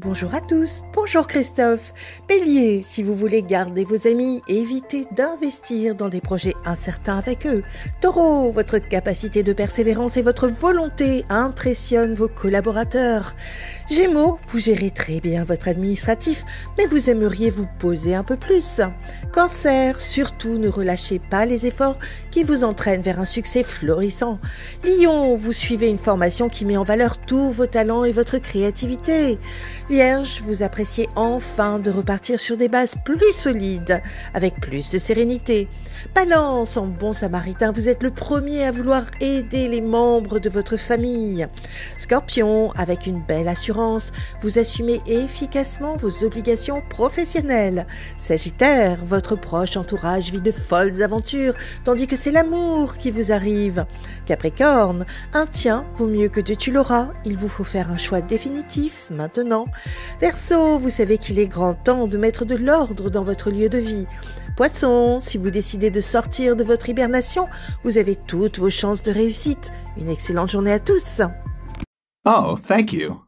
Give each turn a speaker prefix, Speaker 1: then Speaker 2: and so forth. Speaker 1: Bonjour à tous, bonjour Christophe. Bélier, si vous voulez garder vos amis et éviter d'investir dans des projets incertains avec eux. Taureau, votre capacité de persévérance et votre volonté impressionnent vos collaborateurs. Gémeaux, vous gérez très bien votre administratif, mais vous aimeriez vous poser un peu plus. Cancer, surtout ne relâchez pas les efforts qui vous entraînent vers un succès florissant. Lion, vous suivez une formation qui met en valeur tous vos talents et votre créativité. Vierge, vous appréciez enfin de repartir sur des bases plus solides, avec plus de sérénité. Balance, en bon samaritain, vous êtes le premier à vouloir aider les membres de votre famille. Scorpion, avec une belle assurance, vous assumez efficacement vos obligations professionnelles. Sagittaire, votre proche entourage vit de folles aventures, tandis que c'est l'amour qui vous arrive. Capricorne, un tien vaut mieux que deux tu l'auras, il vous faut faire un choix définitif maintenant. Verseau, vous savez qu'il est grand temps de mettre de l'ordre dans votre lieu de vie. Poisson, si vous décidez de sortir de votre hibernation, vous avez toutes vos chances de réussite. Une excellente journée à tous.
Speaker 2: Oh, thank you.